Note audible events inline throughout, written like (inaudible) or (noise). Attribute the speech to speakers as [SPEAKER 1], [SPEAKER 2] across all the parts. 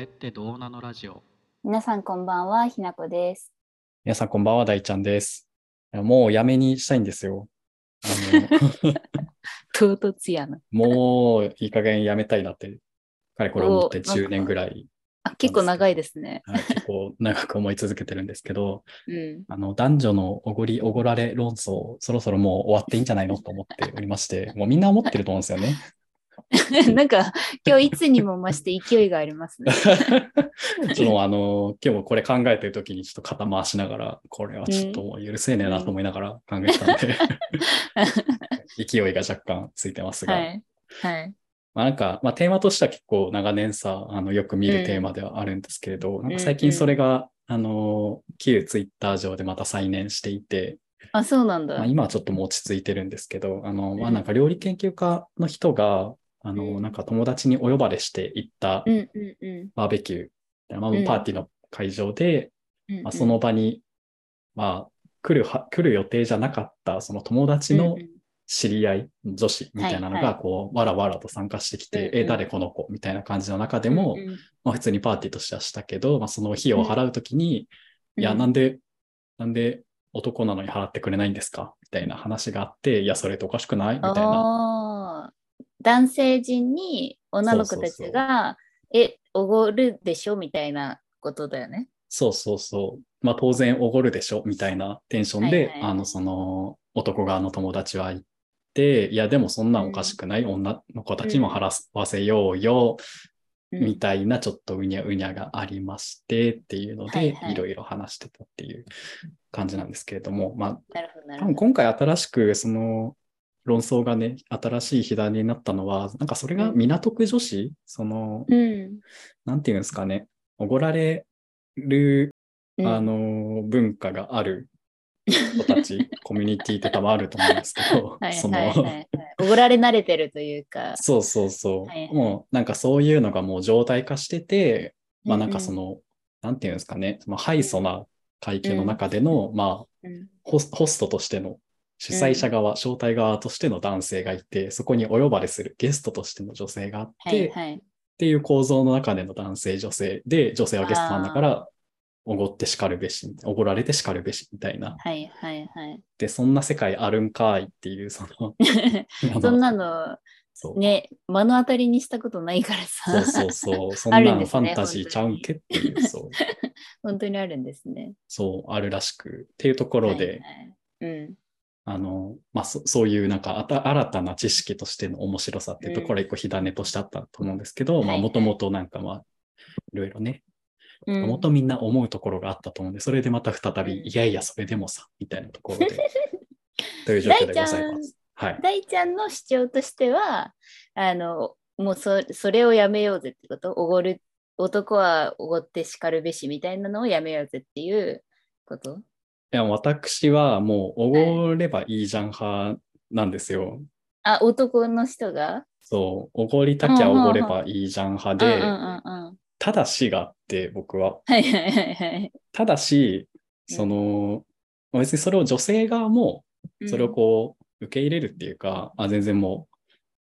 [SPEAKER 1] ってどうなのラジオ。
[SPEAKER 2] 皆さんこんばんは、ひなこです。
[SPEAKER 3] 皆さんこんばんは、大ちゃんです。いやもうやめにしたいんですよ。
[SPEAKER 2] (laughs)
[SPEAKER 3] あの
[SPEAKER 2] 唐突やな。
[SPEAKER 3] もういい加減やめたいなって、かれこれ思って
[SPEAKER 2] おなんか
[SPEAKER 3] 10年ぐらい、
[SPEAKER 2] あ、結構長いですね。
[SPEAKER 3] はい結構長く思い続けてるんですけど、 (laughs)
[SPEAKER 2] うん。
[SPEAKER 3] あの男女のおごり、おごられ論争、そろそろもう終わっていいんじゃないのと思っておりまして、もうみんな思ってると思うんです
[SPEAKER 2] (laughs)
[SPEAKER 3] よね。
[SPEAKER 2] なん (laughs) か、今日いつにも増して勢いがあります
[SPEAKER 3] (laughs)
[SPEAKER 2] ね。
[SPEAKER 3] ちょっとあの、今日もこれ考えてる時にちょっと肩回しながら、これはちょっともう許せねえなと思いながら考えてたん
[SPEAKER 2] (laughs)
[SPEAKER 3] で、勢いが若干ついてますが。
[SPEAKER 2] はい。はい。
[SPEAKER 3] まあ、なんか、まあ、テーマとしては結構長年さ、あの、よく見
[SPEAKER 2] うん
[SPEAKER 3] るテーマではあるんですけれど、なんか最
[SPEAKER 2] う
[SPEAKER 3] 近
[SPEAKER 2] んうん
[SPEAKER 3] それが、あの、旧ツイッター上でまた再燃していて、
[SPEAKER 2] あ、そうなんだ。
[SPEAKER 3] まあ、今はちょっともう落ち着いてるんですけど、あの、ま
[SPEAKER 2] う
[SPEAKER 3] あ、
[SPEAKER 2] ん
[SPEAKER 3] なんか料理研究家の人が、あ
[SPEAKER 2] う
[SPEAKER 3] の、
[SPEAKER 2] ん
[SPEAKER 3] なんか友達にお呼ばれして行った
[SPEAKER 2] うんうんうん
[SPEAKER 3] バーベキュー、まあ、
[SPEAKER 2] うん
[SPEAKER 3] パーティーの会場で、
[SPEAKER 2] うんうん。
[SPEAKER 3] まあ、その場に、まあ、来るは、来る予定じゃなかった、その友達の
[SPEAKER 2] うんうん
[SPEAKER 3] 知り合い、女子みたいなの
[SPEAKER 2] はいはい
[SPEAKER 3] が、こう、わらわらと参加してき
[SPEAKER 2] うんう
[SPEAKER 3] て、
[SPEAKER 2] ん
[SPEAKER 3] え、誰この子みたいな感じの中でも
[SPEAKER 2] うん、うん
[SPEAKER 3] まあ、普通にパーティーとしてはしたけど、まあ、その費用を払うときに、いや、
[SPEAKER 2] うん
[SPEAKER 3] なんで、なんで男なのに払ってくれないんですかみたいな話があって、いや、それっておかしくないみたいな。
[SPEAKER 2] あー男性陣に女の子たちが、え、おごるでしょみたいなことだよね。
[SPEAKER 3] そうそうそう。まあ、当然おごるでしょみたいなテンションで、
[SPEAKER 2] はいはい
[SPEAKER 3] あの、その、男側の友達は行って、いや、でもそんなんおかしくない、女の子たちにも払わせようよ、
[SPEAKER 2] うん
[SPEAKER 3] みたいな、ちょっとうにゃうにゃがありまして、っていうの
[SPEAKER 2] はい
[SPEAKER 3] で
[SPEAKER 2] は、い
[SPEAKER 3] いろいろ話してたっていう感じなんですけれども、まあ、
[SPEAKER 2] なるほど、なる
[SPEAKER 3] 多
[SPEAKER 2] ほ
[SPEAKER 3] 分
[SPEAKER 2] ど。
[SPEAKER 3] 今回新しくその論争がね、新しい火種になったのは、なんかそれが港区女子、その、
[SPEAKER 2] うん。
[SPEAKER 3] なんていうんですかね、おごられる、
[SPEAKER 2] うん、
[SPEAKER 3] あの、文化がある人たち、コミュニティって多分あると思うんですけど
[SPEAKER 2] はい
[SPEAKER 3] そ
[SPEAKER 2] はいはいは
[SPEAKER 3] の、
[SPEAKER 2] い。おごられ慣れてるというか。
[SPEAKER 3] そうそうそう、
[SPEAKER 2] はいはい
[SPEAKER 3] もうなんかそういうのがもう常態化してて、まあなんかそ
[SPEAKER 2] の、
[SPEAKER 3] の、なんていうんですかね、まあ、ハイソな会見の中での、まあ、
[SPEAKER 2] うん
[SPEAKER 3] ホスホストとしての主催者側、招待側としての男性がいて、そこにお呼ばれするゲストとしての女性があって、
[SPEAKER 2] はい
[SPEAKER 3] っ
[SPEAKER 2] はい。
[SPEAKER 3] ていう構造の中での男性、女性で、女性はゲストなんだから、おごって叱るべし、おごられて叱るべしみたいな。
[SPEAKER 2] はいはい
[SPEAKER 3] (laughs)
[SPEAKER 2] はい。
[SPEAKER 3] で、そんな世界あるんかいっていう、そ
[SPEAKER 2] (laughs)
[SPEAKER 3] の、あの
[SPEAKER 2] そんなの
[SPEAKER 3] そう
[SPEAKER 2] ね、目の当たりにしたことないから
[SPEAKER 3] そ
[SPEAKER 2] さ
[SPEAKER 3] う、そうそう、そん
[SPEAKER 2] あ
[SPEAKER 3] な
[SPEAKER 2] るん
[SPEAKER 3] の
[SPEAKER 2] です
[SPEAKER 3] ファ
[SPEAKER 2] ね
[SPEAKER 3] ンタジーちゃうんけっていう、そう、
[SPEAKER 2] (laughs) 本当にあるんですね。
[SPEAKER 3] そう、あるらしく、っていうところで、
[SPEAKER 2] はいはいうん
[SPEAKER 3] あの、まあ、そそういうなんかあた新たな知識としての面白さっていうと
[SPEAKER 2] うん
[SPEAKER 3] これ一個火種としてあったと思うんですけど、ま
[SPEAKER 2] は
[SPEAKER 3] あ、
[SPEAKER 2] い
[SPEAKER 3] もともとなんかまあ、いろいろね、
[SPEAKER 2] う
[SPEAKER 3] も
[SPEAKER 2] ん
[SPEAKER 3] とみんな思うところがあったと思うんで、それでまた再び、
[SPEAKER 2] うん
[SPEAKER 3] いやいや、それでもさ、みたいなところ
[SPEAKER 2] (laughs)
[SPEAKER 3] で、という状況でございます。はい。
[SPEAKER 2] 大ちゃんの主張としては、あの、もうそそれをやめようぜってこと、おごる、男はおごって叱るべしみたいなのをやめようぜっていうこと。
[SPEAKER 3] いや、私はもう、おごればいいじゃん派なんですよ。
[SPEAKER 2] あ、男の人が
[SPEAKER 3] そう、おごりたきゃおごればいいじゃん派
[SPEAKER 2] うんうんう
[SPEAKER 3] で、
[SPEAKER 2] んうん。
[SPEAKER 3] ただしがあって、僕は。
[SPEAKER 2] はいはいはいはい
[SPEAKER 3] ただし、
[SPEAKER 2] うん
[SPEAKER 3] その、まあ別にそれを女性側も、
[SPEAKER 2] うん。
[SPEAKER 3] それをこう、受け入れるっていうか、あ、全然もう、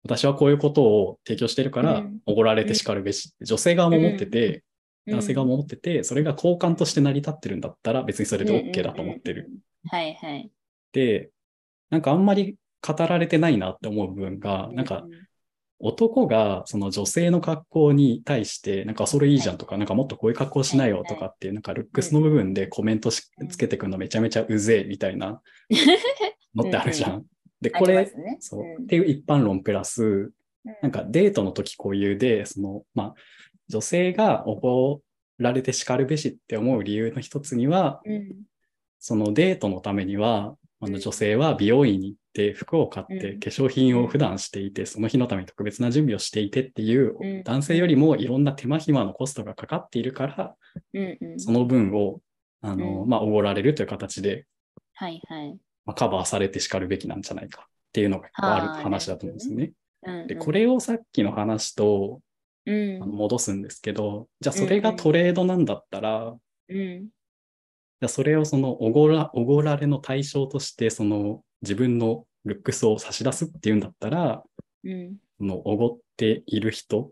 [SPEAKER 3] 私はこういうことを提供してるか
[SPEAKER 2] う
[SPEAKER 3] ら
[SPEAKER 2] ん、
[SPEAKER 3] おごられて叱るべし、女性側も思ってて、男性側も思ってて、それが交換として成り立ってるんだったら、別にそれで OK だと思って
[SPEAKER 2] うん
[SPEAKER 3] る。
[SPEAKER 2] うんうんうん。はいはい。
[SPEAKER 3] で、なんかあんまり語られてないなって思う部分が、な
[SPEAKER 2] う
[SPEAKER 3] んか
[SPEAKER 2] う、
[SPEAKER 3] 男がその女性の格好に対して、なんかそれいいじゃんとか、なんかもっとこういう格好しなよとかっていう、なんかルックスの部分でコメントし
[SPEAKER 2] うん
[SPEAKER 3] つけてくるのめちゃめちゃうぜえみた
[SPEAKER 2] (laughs)
[SPEAKER 3] いなのってあるじゃ。
[SPEAKER 2] うん
[SPEAKER 3] で、
[SPEAKER 2] あ
[SPEAKER 3] こ
[SPEAKER 2] りま
[SPEAKER 3] れ
[SPEAKER 2] す、ね
[SPEAKER 3] そうう、
[SPEAKER 2] ん
[SPEAKER 3] っていう一般論プラス、なん
[SPEAKER 2] か、
[SPEAKER 3] かデートの時こういうで、その、まあ、女性がおごられて叱るべしって思う理由の一つには、
[SPEAKER 2] うん
[SPEAKER 3] そのデートのためには、あ
[SPEAKER 2] うん
[SPEAKER 3] の女性は美容院に行って服を買っ
[SPEAKER 2] う
[SPEAKER 3] て
[SPEAKER 2] ん
[SPEAKER 3] 化粧品を普段していて、その日のために特別な準備をしていてっていう、
[SPEAKER 2] うん
[SPEAKER 3] 男性よりもいろんな手間暇のコストがかかっているから、
[SPEAKER 2] うんうん、
[SPEAKER 3] その分を、あの、
[SPEAKER 2] うん
[SPEAKER 3] まあ、おごられるという形で、
[SPEAKER 2] はいはい。
[SPEAKER 3] まあ、カバーされて叱るべきなんじゃないかっていうのがある
[SPEAKER 2] あー
[SPEAKER 3] 話だと思うんですよね。
[SPEAKER 2] うんうん
[SPEAKER 3] で、こ、れをさっきの話と
[SPEAKER 2] うん
[SPEAKER 3] あの戻すんですけど、じゃあそれがトレードなんだったら、
[SPEAKER 2] うん
[SPEAKER 3] じゃあそれをそのおごら、おごられの対象として、その自分のルックスを差し出すっていうんだったら、
[SPEAKER 2] うん
[SPEAKER 3] そのおごっている人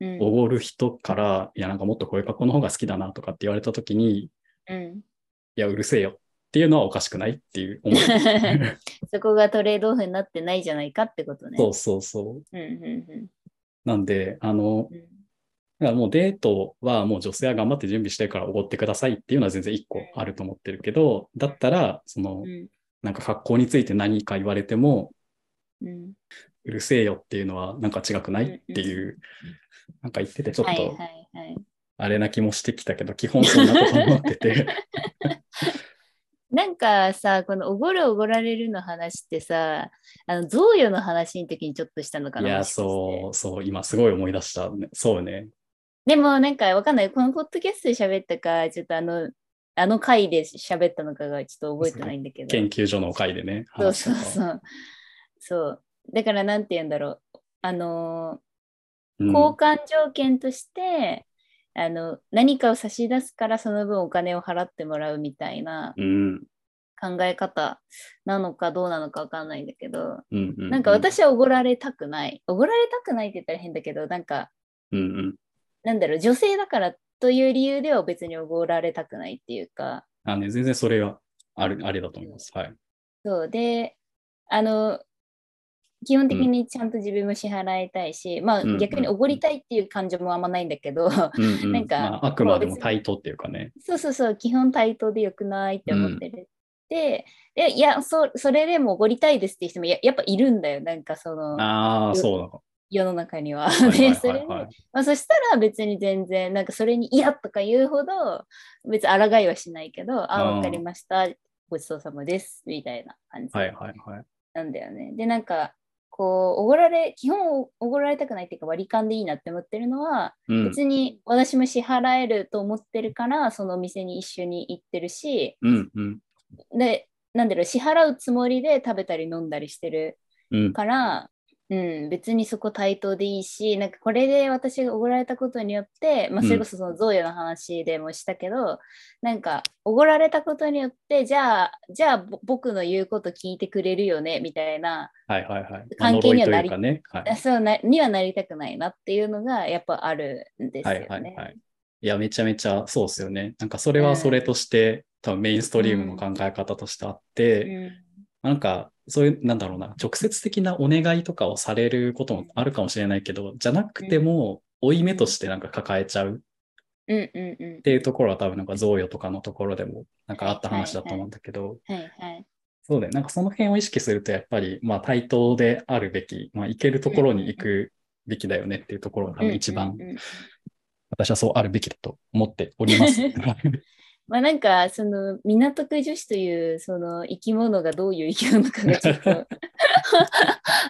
[SPEAKER 2] うん
[SPEAKER 3] おごる人から、いや、なんかもっとこういう格好の方が好きだなとかって言われたときに、い
[SPEAKER 2] うん、 (laughs)
[SPEAKER 3] や、うるせえよっていうのはおかしくないっていう (laughs) 思い。
[SPEAKER 2] そこがトレードオフになってないじゃないかってことね。
[SPEAKER 3] そうそうそ
[SPEAKER 2] う
[SPEAKER 3] う。
[SPEAKER 2] んう
[SPEAKER 3] なんで、あ
[SPEAKER 2] ん、
[SPEAKER 3] の
[SPEAKER 2] うん
[SPEAKER 3] だからもうデートはもう女性は頑張って準備してるからおごってくださいっていうのは全然一個あると思ってるけど、だったら、その
[SPEAKER 2] う、ん
[SPEAKER 3] なんか格好について何か言われても、
[SPEAKER 2] うん
[SPEAKER 3] うるせえよっていうのはなんか違くないっていう、なんか言っててちょ
[SPEAKER 2] は
[SPEAKER 3] っ
[SPEAKER 2] いはい
[SPEAKER 3] と
[SPEAKER 2] はい。
[SPEAKER 3] あれな気もしてきたけど、基本そんなこと思って
[SPEAKER 2] (laughs)
[SPEAKER 3] て。
[SPEAKER 2] なんかさ、このおごるおごられるの話ってさ、あの贈与の話の時にちょっとしたのか
[SPEAKER 3] い
[SPEAKER 2] な。
[SPEAKER 3] や、
[SPEAKER 2] もしかして
[SPEAKER 3] そう、そう、今すごい思い出したね。そうね。
[SPEAKER 2] でもなんかわかんない。このポッドキャストで喋ったか、ちょっとあの、あの回で喋ったのかがちょっと覚えてないんだけど。
[SPEAKER 3] 研究所の会でね。
[SPEAKER 2] そうそう
[SPEAKER 3] 話した
[SPEAKER 2] そう。そう。だからなんて言うんだろう。あの
[SPEAKER 3] う
[SPEAKER 2] ー、
[SPEAKER 3] ん
[SPEAKER 2] 交換条件として、あの何かを差し出すからその分お金を払ってもらうみたいな
[SPEAKER 3] うん。
[SPEAKER 2] 考え方なのかどうなのかわかんないんだけど、
[SPEAKER 3] うん。う
[SPEAKER 2] なんか、私はおごられたくない。おごられたくないって言ったら変だけど、なんか、
[SPEAKER 3] うんうん。
[SPEAKER 2] なんだろう、女性だからという理由では別におごられたくないっていうか、
[SPEAKER 3] あね、全然それがある、あれだと思います。はい。
[SPEAKER 2] そうで、あの、基本的にちゃんと自分も支払いたいし、まあ
[SPEAKER 3] うんうん
[SPEAKER 2] 逆におごりたいっていう感情もあんまないんだけど、 (laughs)
[SPEAKER 3] うんうん。
[SPEAKER 2] なんか
[SPEAKER 3] まあ、あくまでも対等っていうかね。
[SPEAKER 2] そうそうそう、基本対等でよくないって思ってる。ででいやそそれでもおごりたいですっていう人もややっぱいるんだよなんかその
[SPEAKER 3] ああ、そうなの。
[SPEAKER 2] 世の中には。
[SPEAKER 3] はいはい
[SPEAKER 2] で (laughs) そ
[SPEAKER 3] は
[SPEAKER 2] れ
[SPEAKER 3] い
[SPEAKER 2] で
[SPEAKER 3] はい。
[SPEAKER 2] まあ、そしたら別に全然なんかそれに「いや」とか言うほど別に抗いはしないけど「あ
[SPEAKER 3] うん
[SPEAKER 2] わかりましたごちそうさまです」みたいな感じ
[SPEAKER 3] はいはいはい。
[SPEAKER 2] なんだよね。でなんかこうおごられ基本おごられたくないっていうか割り勘でいいなって思ってるのは、
[SPEAKER 3] うん。
[SPEAKER 2] 別に私も支払えると思ってるからそのお店に一緒に行ってるし
[SPEAKER 3] うんうん。
[SPEAKER 2] でなんだろう支払うつもりで食べたり飲んだりしてる
[SPEAKER 3] うん。
[SPEAKER 2] から、うん、別にそこ対等でいいし、なんかこれで私がおごられたことによって、まあ、
[SPEAKER 3] うん
[SPEAKER 2] それこそその贈与の話でもしたけど、なんかおごられたことによって、じゃあ、じゃあぼ僕の言うこと聞いてくれるよねみたいな、
[SPEAKER 3] はいはいはい。まあ
[SPEAKER 2] 関係
[SPEAKER 3] 呪
[SPEAKER 2] に
[SPEAKER 3] い
[SPEAKER 2] は
[SPEAKER 3] と
[SPEAKER 2] な
[SPEAKER 3] いう
[SPEAKER 2] り
[SPEAKER 3] かね。はい。
[SPEAKER 2] そうなにはなりたくないなっていうのがやっぱあるんですよ
[SPEAKER 3] は
[SPEAKER 2] ね。
[SPEAKER 3] いはいはい。いや、めちゃめちゃそうですよね。なんかそれはそれとして、多分メインストリームの考え方としてあって、
[SPEAKER 2] うん
[SPEAKER 3] なんかそういう、なんだろうな、直接的なお願いとかをされることもあるかもしれないけど、じゃなくても、負い目としてなんか抱えちゃう
[SPEAKER 2] うんうんう
[SPEAKER 3] っていうところは多分なんか贈与とかのところでもなんかあった話だと思うんだけど、
[SPEAKER 2] ん。はいはい。
[SPEAKER 3] そうだよ。なんかその辺を意識すると、やっぱり、まあ対等であるべき、まあ行けるところに行くべきだよねっていうところが多分一
[SPEAKER 2] う
[SPEAKER 3] 番
[SPEAKER 2] んうんうん
[SPEAKER 3] 私はそうあるべきだと思っております。
[SPEAKER 2] (laughs) まあなんかその港区女子というその生き物がどういう生き物かがちょっ
[SPEAKER 3] (laughs)
[SPEAKER 2] と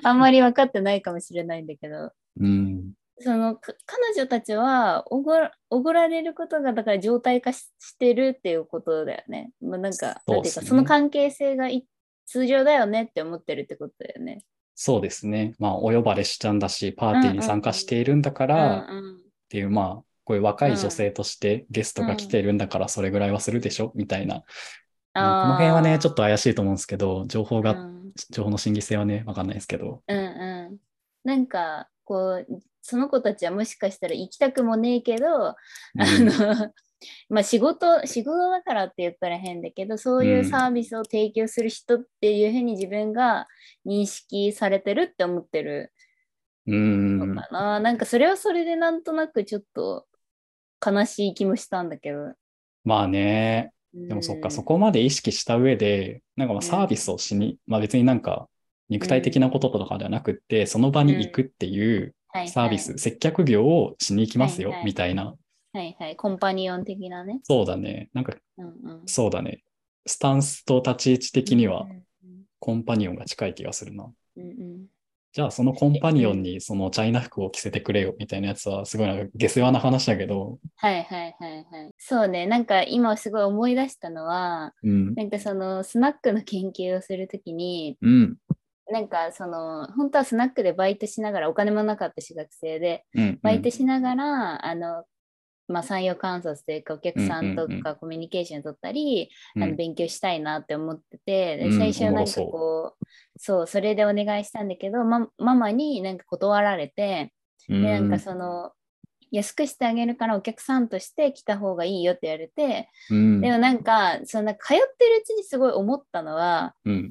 [SPEAKER 2] あんまり分かってないかもしれないんだけど
[SPEAKER 3] うん。
[SPEAKER 2] そのか彼女たちはおごらおごられることがだから状態化ししてるっていうことだよね。まあ、なんか
[SPEAKER 3] そ
[SPEAKER 2] な
[SPEAKER 3] うんっ
[SPEAKER 2] ていう
[SPEAKER 3] す
[SPEAKER 2] か
[SPEAKER 3] ね
[SPEAKER 2] その関係性がい通常だよねって思ってるってことだよね。
[SPEAKER 3] そうですね。まあ、お呼ばれしちゃうんだし、パーティーに参加しているんだか
[SPEAKER 2] うん
[SPEAKER 3] らっていう、まあ、こういう若い女性としてゲストが来ているんだから、それぐらいはするでしょ、みたいな。
[SPEAKER 2] う
[SPEAKER 3] こ
[SPEAKER 2] ん、
[SPEAKER 3] の辺はね、ちょっと怪しいと思うんですけど、情報
[SPEAKER 2] と
[SPEAKER 3] が、情報の真偽性はね、わかんないですけ
[SPEAKER 2] (laughs)
[SPEAKER 3] ど。
[SPEAKER 2] うんうん、なんかこうその子たちはもしかしたら行きたくもねえけどあ
[SPEAKER 3] うん
[SPEAKER 2] の、 (laughs) まあ仕事、仕事だからって言ったら変だけど、そういうサービスを提供する人っていうふうに自分が認識されてるって思ってる
[SPEAKER 3] うん。
[SPEAKER 2] のかな。なんかそれはそれでなんとなくちょっと悲しい気もしたんだけど。
[SPEAKER 3] まあね、
[SPEAKER 2] で
[SPEAKER 3] でもそっか、そこまで意識した上で、なんかまあ
[SPEAKER 2] うん
[SPEAKER 3] サービスをしに、まあ別になんか肉体的なこととかではなくって、その場に行くっていうサービス、。接客業をしに行きますよ
[SPEAKER 2] はい、はい
[SPEAKER 3] みたいな。
[SPEAKER 2] はいはいはいはい。コンパニオン的なね。
[SPEAKER 3] そうだね。なんか
[SPEAKER 2] うんうん、
[SPEAKER 3] そうだね。スタンスと立ち位置的には
[SPEAKER 2] うん
[SPEAKER 3] コンパニオンが近い気がするな。
[SPEAKER 2] うんうん
[SPEAKER 3] じゃあそのコンパニオンにそのチャイナ服を着せてくれよみたいなやつはすごいなんか下世話な話だけど。
[SPEAKER 2] はいはいはいはい。そうね、なんか今すごい思い出したのは、
[SPEAKER 3] うん。
[SPEAKER 2] なんかそのスナックの研究をするときに、
[SPEAKER 3] うん。
[SPEAKER 2] なんかその本当はスナックでバイトしながらお金もなかったし学生で
[SPEAKER 3] うん。
[SPEAKER 2] バイトしながら、あのまあ、産業観察というかお客さんと
[SPEAKER 3] うんうん
[SPEAKER 2] かコミュニケーション取ったり、
[SPEAKER 3] うん
[SPEAKER 2] あの勉強したいなって思ってて、で
[SPEAKER 3] うん
[SPEAKER 2] 最初はなんかこうそうそれでお願いしたんだけど、ま、ママになんか断られて、
[SPEAKER 3] う
[SPEAKER 2] でなん
[SPEAKER 3] ん
[SPEAKER 2] かその安くしてあげるからお客さんとして来た方がいいよって言われて、
[SPEAKER 3] うん。
[SPEAKER 2] でもなんか、そのなんか通ってるうちにすごい思ったのは、
[SPEAKER 3] うん。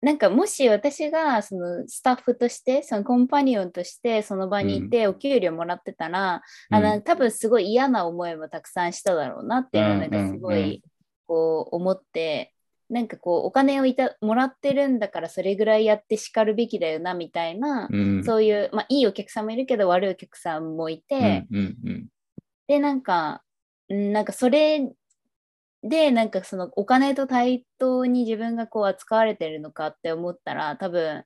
[SPEAKER 2] なんかもし私がそのスタッフとして、そのコンパニオンとしてその場にいてお給料もらってたら、あの多分すごい嫌な思いもたくさんしただろうなっていうのはなんかすご
[SPEAKER 3] うんうんうん
[SPEAKER 2] いこう思ってなんかこうお金をいたもらってるんだからそれぐらいやってしかるべきだよなみたいな、
[SPEAKER 3] うん。
[SPEAKER 2] そういう、まあ、いいお客さんもいるけど悪いお客さんもいて、
[SPEAKER 3] うん。うん。うん。
[SPEAKER 2] でなんかうんなんかそれでなんかそのお金と対等に自分がこう扱われてるのかって思ったら多分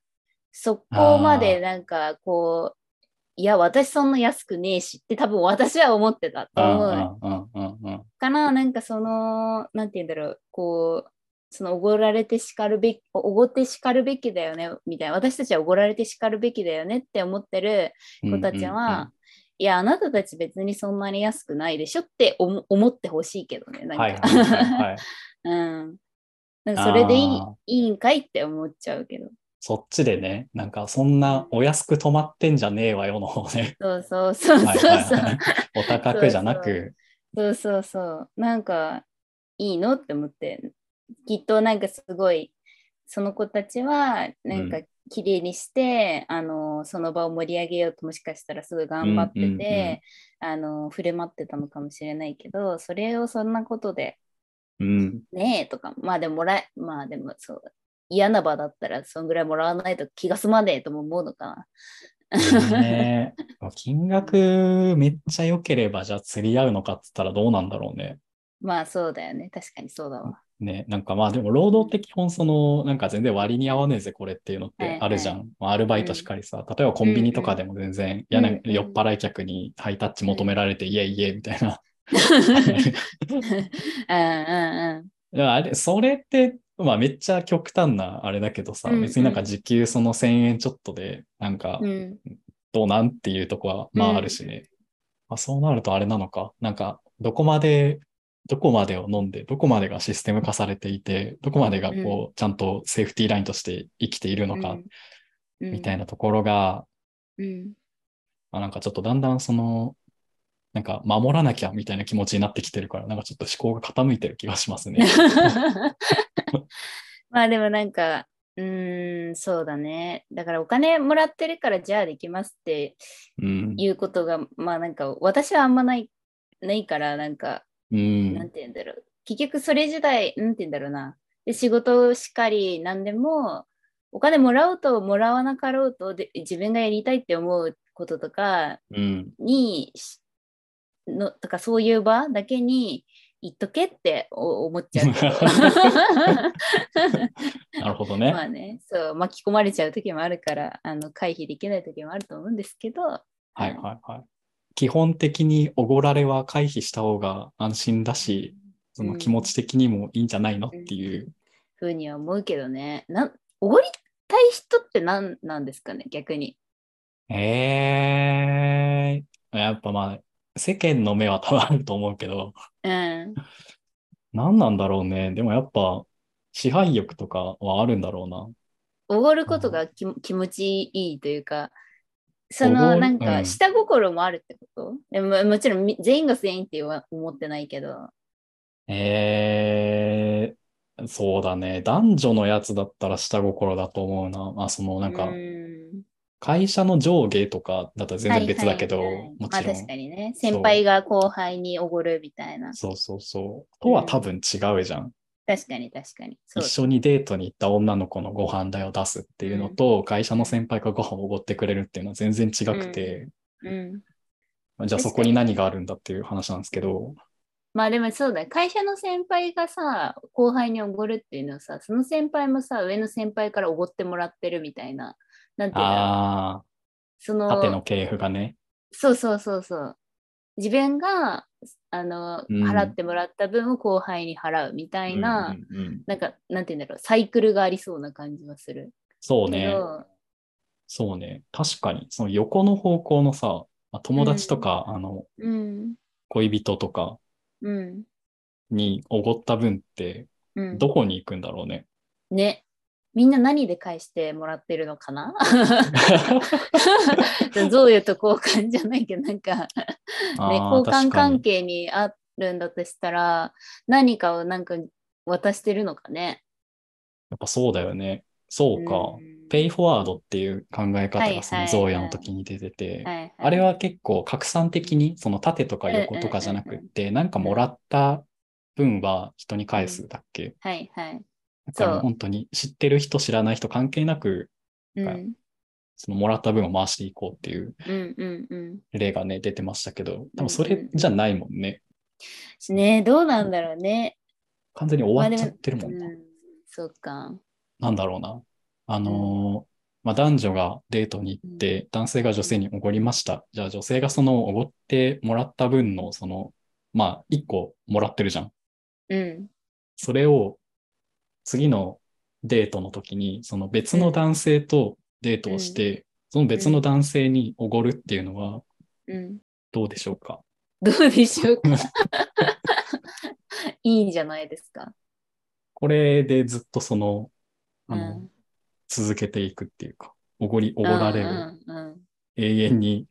[SPEAKER 2] そこまでなんかこういや私そんな安くねえしって多分私は思ってたと思う
[SPEAKER 3] ああ、ああ、ああ、ああ。
[SPEAKER 2] からなんかそのなんて言うんだろうこうそのおごられてしかるべきおごってしかるべきだよねみたいな私たちはおごられてしかるべきだよねって思ってる子たちは、いやあなたたち別にそんなに安くないでしょって思思ってほしいけどね
[SPEAKER 3] う
[SPEAKER 2] なん
[SPEAKER 3] うんん、
[SPEAKER 2] か、
[SPEAKER 3] はいはいはいはい。
[SPEAKER 2] (laughs) うんなんかそれでいい
[SPEAKER 3] あー
[SPEAKER 2] いいんかいって思っちゃうけど
[SPEAKER 3] そっちでね、なんかそんなお安く止まってんじゃねえわよの方ね。
[SPEAKER 2] そうそう (laughs) そうそう
[SPEAKER 3] はい
[SPEAKER 2] そう、
[SPEAKER 3] はいはい。お高くじゃなく、
[SPEAKER 2] そうそうそうなんかいいのって思ってきっとなんかすごいその子たちはなんか綺麗にして、あのその場を盛り上げようともしかしたらすごい頑張ってて、
[SPEAKER 3] うんうんうん
[SPEAKER 2] あの振る舞ってたのかもしれないけどそれをそんなことで
[SPEAKER 3] うん、
[SPEAKER 2] ねえとか、まあでももらえ、まあでもそう、嫌な場だったらそんぐらいもらわないと気が済まねえとも思うのかな。
[SPEAKER 3] ね、金額めっちゃ良ければじゃあ釣り合うのかっつったらどうなんだろうね。
[SPEAKER 2] まあそうだよね、確かにそうだ
[SPEAKER 3] (laughs)
[SPEAKER 2] わ。
[SPEAKER 3] ね、なんかまあでも労働って基本そのなんか全然割に合わねえぜこれっていうのってあるじゃん。
[SPEAKER 2] は
[SPEAKER 3] まあアルバイトしかりさ、例えばコンビニとかでも全然、いやなんか
[SPEAKER 2] うんうん
[SPEAKER 3] 酔っ払い客にハイタッチ求められて、いえいえみたいな。 (laughs)
[SPEAKER 2] うんうん
[SPEAKER 3] いやあれ、それって、まあめっちゃ極端なあれだけどさ、
[SPEAKER 2] うんうん
[SPEAKER 3] 別になんか時給その1000円ちょっとで、なんか
[SPEAKER 2] うん。うん
[SPEAKER 3] どうなんっていうとこは、ま
[SPEAKER 2] うん
[SPEAKER 3] ああるしね。まあそうなるとあれなのか、なんかどこまで、どこまでを飲んで、どこまでがシステム化されていて、どこまでがこう、ちゃんとセーフティーラインとして生きているのか、
[SPEAKER 2] うん、
[SPEAKER 3] みたい
[SPEAKER 2] な。
[SPEAKER 3] なところが、
[SPEAKER 2] うん、 (laughs)
[SPEAKER 3] まあなんかちょっとだんだんその、なんか守らなきゃみたいな気持ちになってきてるから、なんかちょっと思考が傾いてる気がしま
[SPEAKER 2] (laughs)
[SPEAKER 3] すね。
[SPEAKER 2] まあでもなんか、うーん、そうだね。だからお金もらってるからじゃあできますって
[SPEAKER 3] うん。
[SPEAKER 2] いうことが、まあなんか私はあんまないないから、なんか
[SPEAKER 3] うん。
[SPEAKER 2] なんて言うんだろう。結局それ自体、なんて言うんだろうな。で仕事しかり何でも、お金もらおうともらわなかろうとで、自分がやりたいって思うこととか
[SPEAKER 3] うん。
[SPEAKER 2] に、しのとかそういう場だけに行っとけってお思っちゃうけど。
[SPEAKER 3] (laughs) なるほど
[SPEAKER 2] ま
[SPEAKER 3] ね。
[SPEAKER 2] あね、そう、巻き込まれちゃう時もあるから、あの回避できない時もあると思うんですけど、
[SPEAKER 3] はいはいはい。基本的におごられは回避した方が安心だし、その気持ち的にもいいんじゃないのっていう。
[SPEAKER 2] ふうには思うけどね。なんおごりたい人って何なんですかね、逆に。
[SPEAKER 3] ええやっぱまあ、世間の目は多分あると思うけど、
[SPEAKER 2] うん。
[SPEAKER 3] 何なんだろうね。でもやっぱ、支配欲とかはあるんだろうな。
[SPEAKER 2] おごることがき気持ちいいというか、そ
[SPEAKER 3] おご
[SPEAKER 2] の
[SPEAKER 3] る
[SPEAKER 2] なん
[SPEAKER 3] う
[SPEAKER 2] か
[SPEAKER 3] ん
[SPEAKER 2] 下心もあるってこと、でももちろんみ全員が全員っては思ってないけど。
[SPEAKER 3] ええそうだね。男女のやつだったら下心だと思うな。まあそのなんか
[SPEAKER 2] う、ーん
[SPEAKER 3] 会社の上下とかだったら全然別だけど、
[SPEAKER 2] はいはいはい
[SPEAKER 3] も
[SPEAKER 2] まあ
[SPEAKER 3] ちろん
[SPEAKER 2] 確かにね。先輩が後輩におごるみたいな。
[SPEAKER 3] そうそうそう。とは多分違うじゃん。
[SPEAKER 2] 確かに確かに。そう
[SPEAKER 3] 一緒にデートに行った女の子のご飯代を出すっていうのと、会社の先輩がご飯をおごってくれるっていうのは全然違くて、
[SPEAKER 2] うん。
[SPEAKER 3] じゃあそこに何があるんだっていう話なんですけど、
[SPEAKER 2] まあでもそうだね。会社の先輩がさ、後輩におごるっていうのはさ、その先輩もさ、上の先輩からおごってもらってるみたいな。なんていうんだろう。
[SPEAKER 3] あ
[SPEAKER 2] そ
[SPEAKER 3] あ、
[SPEAKER 2] の
[SPEAKER 3] 縦の系譜がね。
[SPEAKER 2] そうそうそうそう。自分があの、
[SPEAKER 3] うん
[SPEAKER 2] 払ってもらった分を後輩に払うみたいな、
[SPEAKER 3] うんうんうん
[SPEAKER 2] なんかなんて言うんだろうサイクルがありそうな感じがする。
[SPEAKER 3] そう
[SPEAKER 2] け
[SPEAKER 3] ね。
[SPEAKER 2] ど
[SPEAKER 3] そうね。確かに、その横の方向のさ、まあ友達とか、あの、
[SPEAKER 2] うん
[SPEAKER 3] 恋人とか
[SPEAKER 2] うん
[SPEAKER 3] におごった分って、
[SPEAKER 2] うん。
[SPEAKER 3] どこに行くんだろうね。
[SPEAKER 2] ね。みんな何で返してもらってるのか
[SPEAKER 3] (laughs)
[SPEAKER 2] な (laughs) どういうと交換じゃないけどなんか、ね、交換関係にあるんだとしたら何かをなんか渡してるのかね
[SPEAKER 3] やっぱそうだよね。そうか。ペイフォワードっていう考え方がそのゾーヤの時に出てて、
[SPEAKER 2] はいはい
[SPEAKER 3] あれは結構拡散的にその縦とか横とかじゃなくって、なんかもらった分は人に返すだっけ
[SPEAKER 2] はいはい。
[SPEAKER 3] だから
[SPEAKER 2] そう
[SPEAKER 3] 本当に知ってる人知らない人関係なく、
[SPEAKER 2] うん
[SPEAKER 3] はいそのもらった分を回していこうっていう
[SPEAKER 2] うんうんう
[SPEAKER 3] 例がね、出てましたけど、多
[SPEAKER 2] うん
[SPEAKER 3] 分それじゃないもんね。
[SPEAKER 2] ん。ねえどうなんだろうね。
[SPEAKER 3] 完全に終わっちゃってるも
[SPEAKER 2] うん
[SPEAKER 3] な。
[SPEAKER 2] ん、そっか。
[SPEAKER 3] なんだろうな。あのーまあ、男女がデートに行って、男性が女性におごりました。じゃあ女性がそのおごってもらった分の、その、まあ、1個もらってるじゃん。
[SPEAKER 2] うん。
[SPEAKER 3] それを次のデートの時に、その別の男性とデートをして、その別の男性におごるっていうのは
[SPEAKER 2] うん。
[SPEAKER 3] どうでしょうか。
[SPEAKER 2] どうでし (laughs) ょうかいいんじゃないですか。
[SPEAKER 3] これでずっとその、あの、
[SPEAKER 2] うん
[SPEAKER 3] 続けていくっていうか、おごり、おごられる。
[SPEAKER 2] うんうん
[SPEAKER 3] 永遠に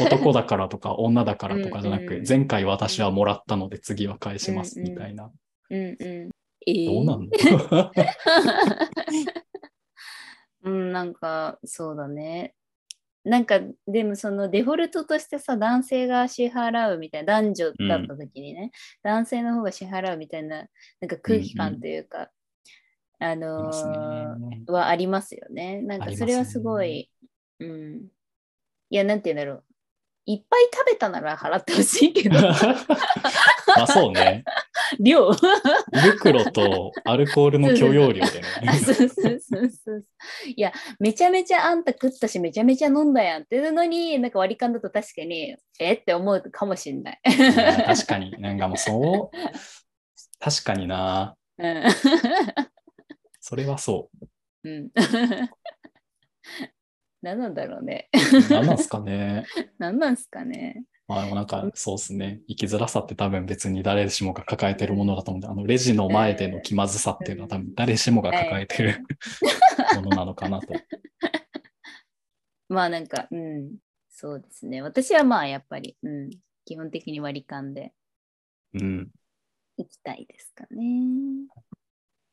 [SPEAKER 3] 男だからとか女だからとかじゃな
[SPEAKER 2] うんう
[SPEAKER 3] く
[SPEAKER 2] ん、
[SPEAKER 3] 前回私はもらったので次は返しますみたいな。
[SPEAKER 2] うん。うんうん。えー
[SPEAKER 3] どうなの
[SPEAKER 2] (laughs) うん、なんかそうだね。なんかでもそのデフォルトとしてさ男性が支払うみたいな男女だった時にね、男性の方が支払うみたいななんか空気感というか、あ
[SPEAKER 3] い
[SPEAKER 2] の
[SPEAKER 3] ます
[SPEAKER 2] ー
[SPEAKER 3] ね (laughs)
[SPEAKER 2] はありますよね。なん
[SPEAKER 3] あ
[SPEAKER 2] か
[SPEAKER 3] りますね
[SPEAKER 2] それはすごいうん、いやなんて言うんだろういっぱい食べたなら払ってほしいけ
[SPEAKER 3] (laughs)
[SPEAKER 2] ど
[SPEAKER 3] まあそうね。
[SPEAKER 2] 量あ
[SPEAKER 3] 胃袋とアルコールの許容量
[SPEAKER 2] (laughs) そう
[SPEAKER 3] でね。
[SPEAKER 2] そうそうそうそういやめちゃめちゃあんた食ったしめちゃめちゃ飲んだやんっていうのになんか割り勘だと確かにえって思うかもしんない。
[SPEAKER 3] いや確かに、なんかもうそう。確かにな。
[SPEAKER 2] うん
[SPEAKER 3] それはそ
[SPEAKER 2] うん、何なんだろうね。
[SPEAKER 3] う。何なんすかね。
[SPEAKER 2] 何なんすかね。
[SPEAKER 3] まあでもなんかそうですね。生きづらさって多分別に誰しもが抱えてるものだと思うんで、あのレジの前での気まずさっていうのは多分誰しもが抱えてる (laughs) ものなのかなと。
[SPEAKER 2] まあなんか、うん、そうですね。私はまあやっぱり、うん、基本的に割り勘で
[SPEAKER 3] うん。
[SPEAKER 2] いきたいですかね。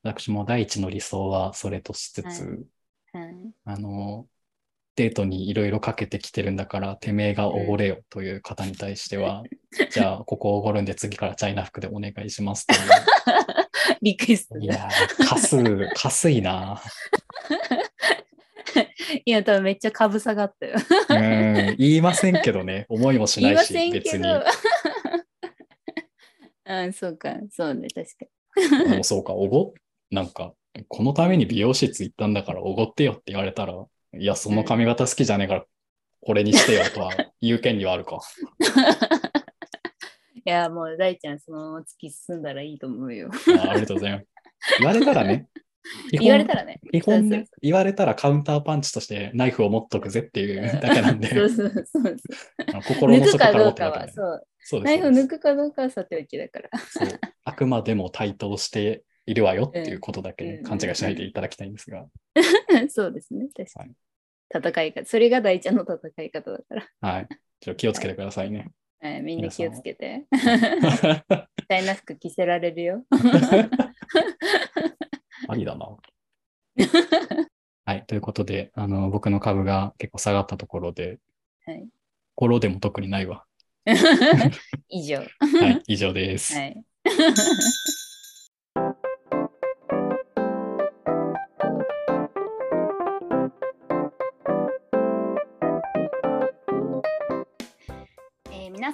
[SPEAKER 3] 私も第一の理想はそれとしつつ、
[SPEAKER 2] はいはい、
[SPEAKER 3] あの、デートにいろいろかけてきてるんだから、てめえがおごれよという方に対しては、 (laughs) じゃあここおごるんで次からチャイナ服でお願いしますという。
[SPEAKER 2] リクエスト (laughs)
[SPEAKER 3] い
[SPEAKER 2] だ。
[SPEAKER 3] やー、かす、かすいな。
[SPEAKER 2] いや、多分めっちゃかぶさがったよ。
[SPEAKER 3] うん、言いませんけどね。思いもし
[SPEAKER 2] 言
[SPEAKER 3] な
[SPEAKER 2] ま
[SPEAKER 3] いいし、
[SPEAKER 2] せん
[SPEAKER 3] 別
[SPEAKER 2] け
[SPEAKER 3] に。
[SPEAKER 2] ど。 (laughs) うん、そうか、そうね、確か
[SPEAKER 3] でもそうか、おご、なんか、このために美容室行ったんだからおごってよって言われたら、いや、その髪型好きじゃねえから、これにしてよとは言う権利はあ
[SPEAKER 2] (laughs)
[SPEAKER 3] るか。
[SPEAKER 2] に。いや、もう大ちゃん、そのまま突き進んだらいいと思うよ。
[SPEAKER 3] あありがとうございます。言われたらね。基本
[SPEAKER 2] 言われたらね。
[SPEAKER 3] 基
[SPEAKER 2] そうそ
[SPEAKER 3] 本
[SPEAKER 2] う
[SPEAKER 3] ね、言われたらカウンターパンチとしてナイフを持っとくぜっていうだけなん
[SPEAKER 2] (laughs) そう
[SPEAKER 3] で、
[SPEAKER 2] そうそう
[SPEAKER 3] あの心
[SPEAKER 2] 抜
[SPEAKER 3] の
[SPEAKER 2] く
[SPEAKER 3] 底
[SPEAKER 2] か
[SPEAKER 3] から
[SPEAKER 2] ど
[SPEAKER 3] 持っ
[SPEAKER 2] う
[SPEAKER 3] てる
[SPEAKER 2] かは、
[SPEAKER 3] わけね
[SPEAKER 2] そう。
[SPEAKER 3] そうで
[SPEAKER 2] ナ
[SPEAKER 3] す
[SPEAKER 2] イフ抜くかどうかはさておきだから。 (laughs)
[SPEAKER 3] そうですそうあくまでも対等しているわよっていうことだけ、ね
[SPEAKER 2] うん
[SPEAKER 3] 勘違いしないでいただきたいんですが、
[SPEAKER 2] そうですね、確かに。戦い方、それが大ちゃんの戦い方だから。
[SPEAKER 3] はい。ちょっと気をつけてくださ
[SPEAKER 2] (laughs)
[SPEAKER 3] いね。
[SPEAKER 2] はい、みんな気をつけて。 (laughs) みたいな服着せられる
[SPEAKER 3] (laughs)
[SPEAKER 2] よ。
[SPEAKER 3] ありだな。はい。ということで、あの、僕の株が結構下がったところで、
[SPEAKER 2] はい
[SPEAKER 3] フォローでも特にな
[SPEAKER 2] (laughs)
[SPEAKER 3] いわ。
[SPEAKER 2] 以上。は
[SPEAKER 3] はい。以上です。
[SPEAKER 2] い。
[SPEAKER 1] (laughs) えー皆